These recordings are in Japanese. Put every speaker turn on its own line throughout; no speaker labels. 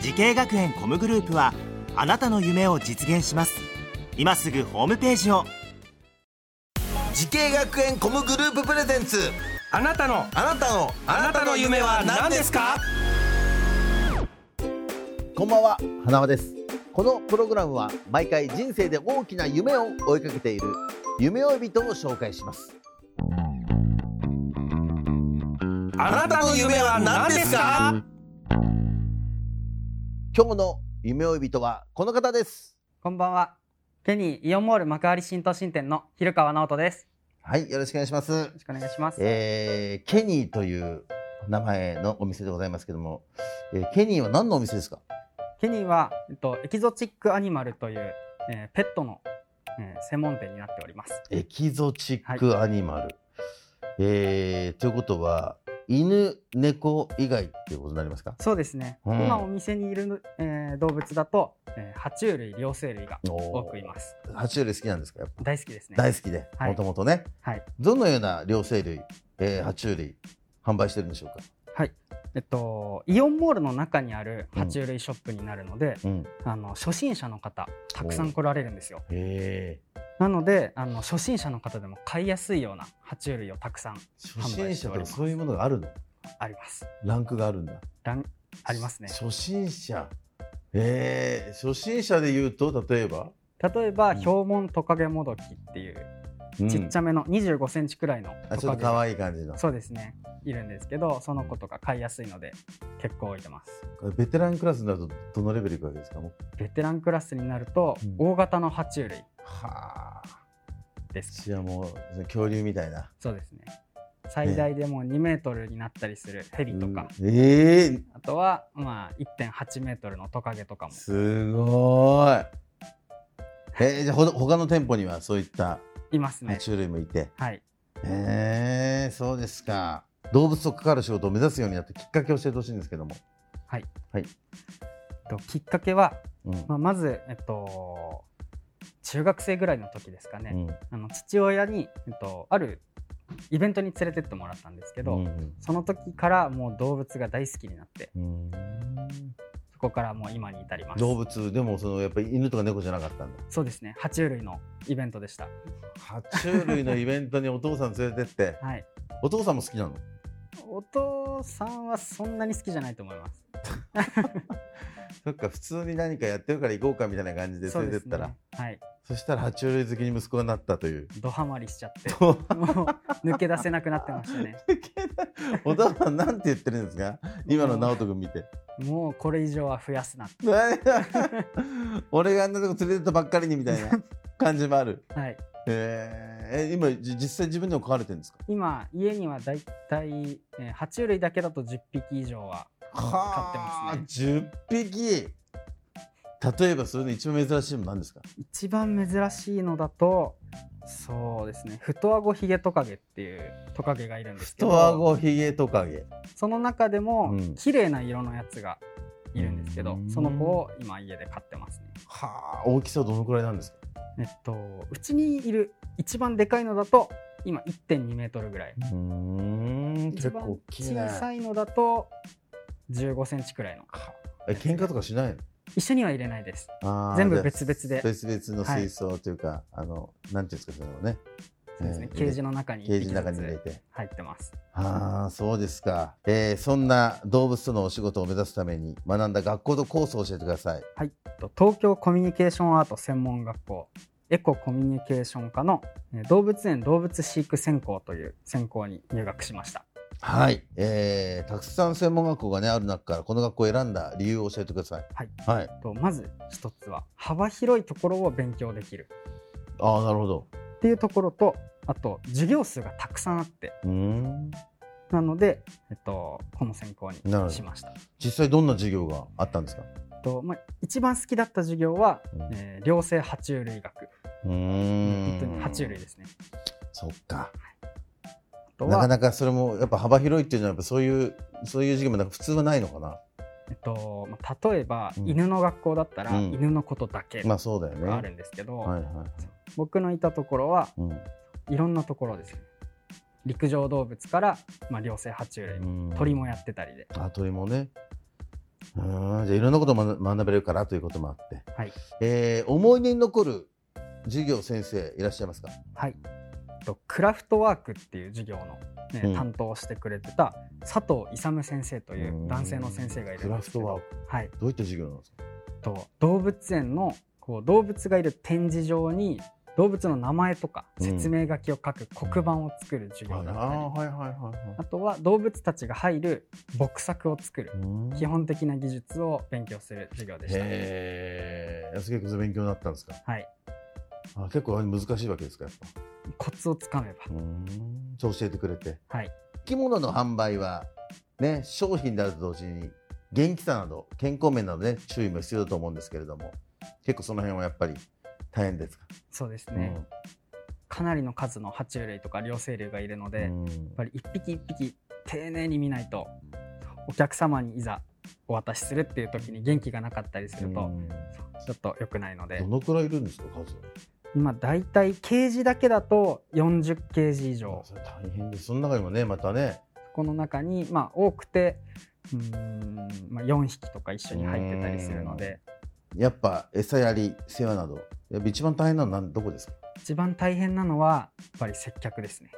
時系学園コムグループはあなたの夢を実現します今すぐホームページを
時系学園コムグループプレゼンツ
あなたの
あなたの
あなたの夢は何ですか
こんばんは花輪ですこのプログラムは毎回人生で大きな夢を追いかけている夢追い人を紹介します
あなたの夢は何ですか
今日の夢追い人はこの方です
こんばんは。ケニーイオンモール幕張新都心店の広川直人です。
はいよろしくお願いします
よろしくお願いします。
えー、ケニーという名前のお店でございますけども、えー、ケニーは何のお店ですか
ケニーは、えっと、エキゾチックアニマルという、えーペットの、えー専門店になっております。
エキゾチックアニマル、えー、ということは犬猫以外ってことになりますか
そうですね。
うん
今お店にいる、えー動物だと、えー爬虫類、両生類が多くいます。
爬虫類好きなんですかやっぱ
大好きですね。
大好きで
はい
もともとね、
はい
どのような両生類、えー、爬虫類販売してるんでしょうか、
えっと、イオンモールの中にある爬虫類ショップになるので、
うん、
あの初心者の方たくさん来られるんですよ。
え
なのであの初心者の方でも買いやすいような爬虫類をたくさん
初心
販売して
者とか
おります
そういうものがあるの
あります。
ランクがあるんだ
ランありますね。
初心者えー、初心者で言うと例えば、
例えば、
うん
ヒョウモントカゲモドキっていう、
うん
ちっちゃめの25センチくらいの
あち
ト
ょっと
カゲ
可愛い感じの
そうですねいるんですけどその子とか飼いやすいので結構置いてます
ベテランクラスになるとどのレベルいくわけですかもう
ベテランクラスになると、
うん
大型の爬虫類
はあ
です
いやもう恐竜みたいな
そうですね最大でも2メートルになったりするヘビとか、
うんえー、
あとはまあ1.8メートルのトカゲとかも
すごーいえー、じゃあほど他の店舗にはそういった
います
爬
ね
虫類もいて、
はい
へえそうですか動物と関わる仕事を目指すようになったきっかけを教えてほしいんですけども、
ときっかけは、
うん
まあ、まずえっと中学生ぐらいの時ですかね、
うん
あの父親に、えっと、あるイベントに連れてってもらったんですけど、
うん
その時からもう動物が大好きになって
うん
そこからもう今に至ります
動物でもそのやっぱり犬とか猫じゃなかったんだ
そうですね爬虫類のイベントでした
爬虫類のイベントにお父さん連れて って
はい
お父さんも好きなの
お父さんはそんなに好きじゃないと思います
そっか普通に何かやってるから行こうかみたいな感じで
そう
連
で
れて
す
ったらそ,、
ね、はい
したら爬虫類好きに息子になったという
ドハマりしちゃって
お
もう抜け出せなくなってましたね
お父さんなんて言ってるんですか今の直人君見て
もうこれ以上は増やすな
俺があんなとこ連れてったばっかりにみたいな感じもある
はい
えーえ今じ実際自分でも飼われてるんですか
今家にはだいたい、えー爬虫類だけだと10匹以上は飼ってますね
はあ10匹例えばそれの一番珍しいの何ですか
一番珍しいのだとそうですね太あごヒゲトカゲっていうトカゲがいるんですけど
とあごひげトカゲ
その中でも、
うん
綺麗な色のやつがいるんですけど、
うん
その子を今家で飼ってますね
はあ大きさはどのくらいなんですか
えっとうちにいる一番でかいのだと今1.2メートルぐらい
うん
一番小さいのだと15センチくらいの
え喧嘩とかしないの
一緒には入れないです
あー
全部
じゃあ
別々で
別々の水槽というか、あのなんていうんですかそれをね
そうですね、
えー
ケージの中に
ケージ
一匹
の中に入れ
ずつ
て
入ってます
ああそうですか、えー、そんな動物とのお仕事を目指すために学んだ学校とコースを教えてください
と東京コミュニケーションアート専門学校エココミュニケーション科のえー動物園動物飼育専攻という専攻に入学しました
はい、えー、たくさん専門学校がねある中からこの学校を選んだ理由を教えてください
はい、
はい、
とまず一つは幅広いところを勉強できる
ああなるほど
っていうところとあと授業数がたくさんあって
うーん
なので、えっと、この専攻にしました
実際どんな授業があったんですか
とまあ、一番好きだった授業は、えー両生爬虫
う
類学本
ー
当に
ん
爬虫類ですね
そっか
あと
な
は
かなかそれもやっぱ幅広いっていうのはやっぱそういうそういう授業もなんか普通はないのかな
えっとまあ、例えば、
うん
犬の学校だったら、
うん
犬のことだけ
ま
が
あそうだよね
あるんですけど、
はいはいはい
僕のいたところは
うん
いろんなところです陸上動物から、まあ、両生爬虫類、
うん
鳥もやってたりで
あ鳥もねうーんじゃあいろんなことを学学べるからということもあって、
はい
えー思い出に残る授業先生いらっしゃいますか
はい、えっとクラフトワークっていう授業の、ね
うん
担当をしてくれてた佐藤勇先生という男性の先生がいる
ク
ん
ラ
で
フ
すけ
ト
ど
は
はい、
どういった授業なんですか
と動物園のこう動物がいる展示場に動物の名前とか
うん
説明書きを書く黒板を作る授業だったり、
ーはいはいはいはい
あとは動物たちが入る牧作を作る
うん
基本的な技術を勉強する授業でした。
へえ結構勉強になったんですか
はい、
あ結構難しいわけですかやっぱ
コツをつかめば、
うんそう教えてくれて
はい、
着物の販売はね商品であると同時に元気さなど健康面などね注意も必要だと思うんですけれども結構その辺はやっぱり大変ですか、
そうですね、かなりの数の爬虫類とか両生類がいるの
う
で、やっ
ん
ぱり一匹一匹丁寧に見ないとお客様にいざお渡しするっていう時に元気がなかったりす
う
る
ん
とちょっと良くないので
どのくらいいるんですか数
今だいたいケージだけだと40ケージ以上
それ大変ですその中にもねまたね
この中にまあ多くてうーん、まあ、4匹とか一緒に入ってたりするので
やっぱ餌やり世話などやっぱ一番大変なのは何どこですか
一番大変なのはやっぱり接客ですね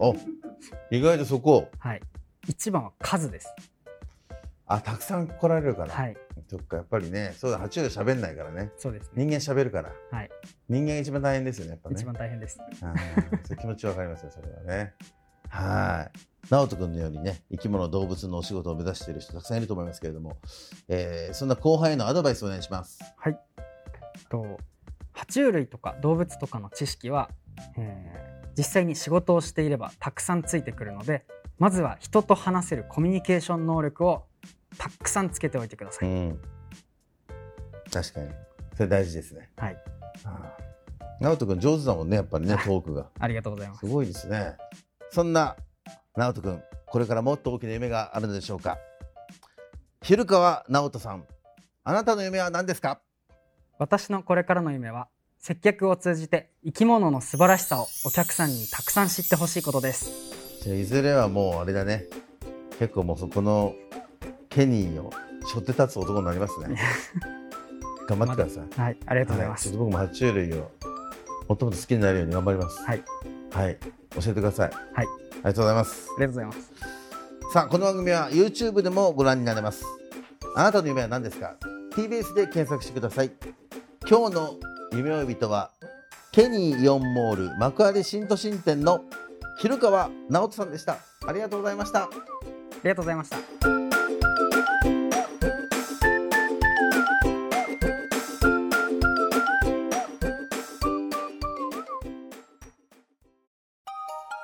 あ意外とそこ
はい一番は数です
あたくさん来られるから、
はい
そっかやっぱりねそうだ爬虫類喋んないからね
そうですね
人間喋るから、
はい
人間が一番大変ですよねやっぱね
一番大変です
あーそう気持ちわかりますよ、それはね。はい。直人君のようにね、生き物、動物のお仕事を目指している人たくさんいると思いますけれども、えーそんな後輩へのアドバイスをお願いします。
はいと爬虫類とか動物とかの知識は、えー実際に仕事をしていればたくさんついてくるのでまずは人と話せるコミュニケーション能力をたくさんつけておいてください、
ん。確かに。それ大事ですね。
はい。
あー直人君、上手だもんね、やっぱりね、トークが。
ありがとうございます
すごいですね。そんな直人君、これからもっと大きな夢があるのでしょうか。昼川直人さん、あなたの夢は何ですか
私のこれからの夢は接客を通じて生き物の素晴らしさをお客さんにたくさん知ってほしいことです
じゃあいずれはもうあれだね結構もうそこのケニーを背負って立つ男になります ね頑張ってください、
はいありがとうございま
は
す
ちょっと僕も爬虫類をもっともっと好きになるように頑張ります
はい、
はい、教えてください
はい
ありがとうございます
ありがとうございます
さあこの番組は YouTube でもご覧になれますあなたの夢は何ですか TBS で検索してください今日の夢追い人はケニーイオンモール幕張新都心店の昼川直人さんでしたありがとうございました
ありがとうございました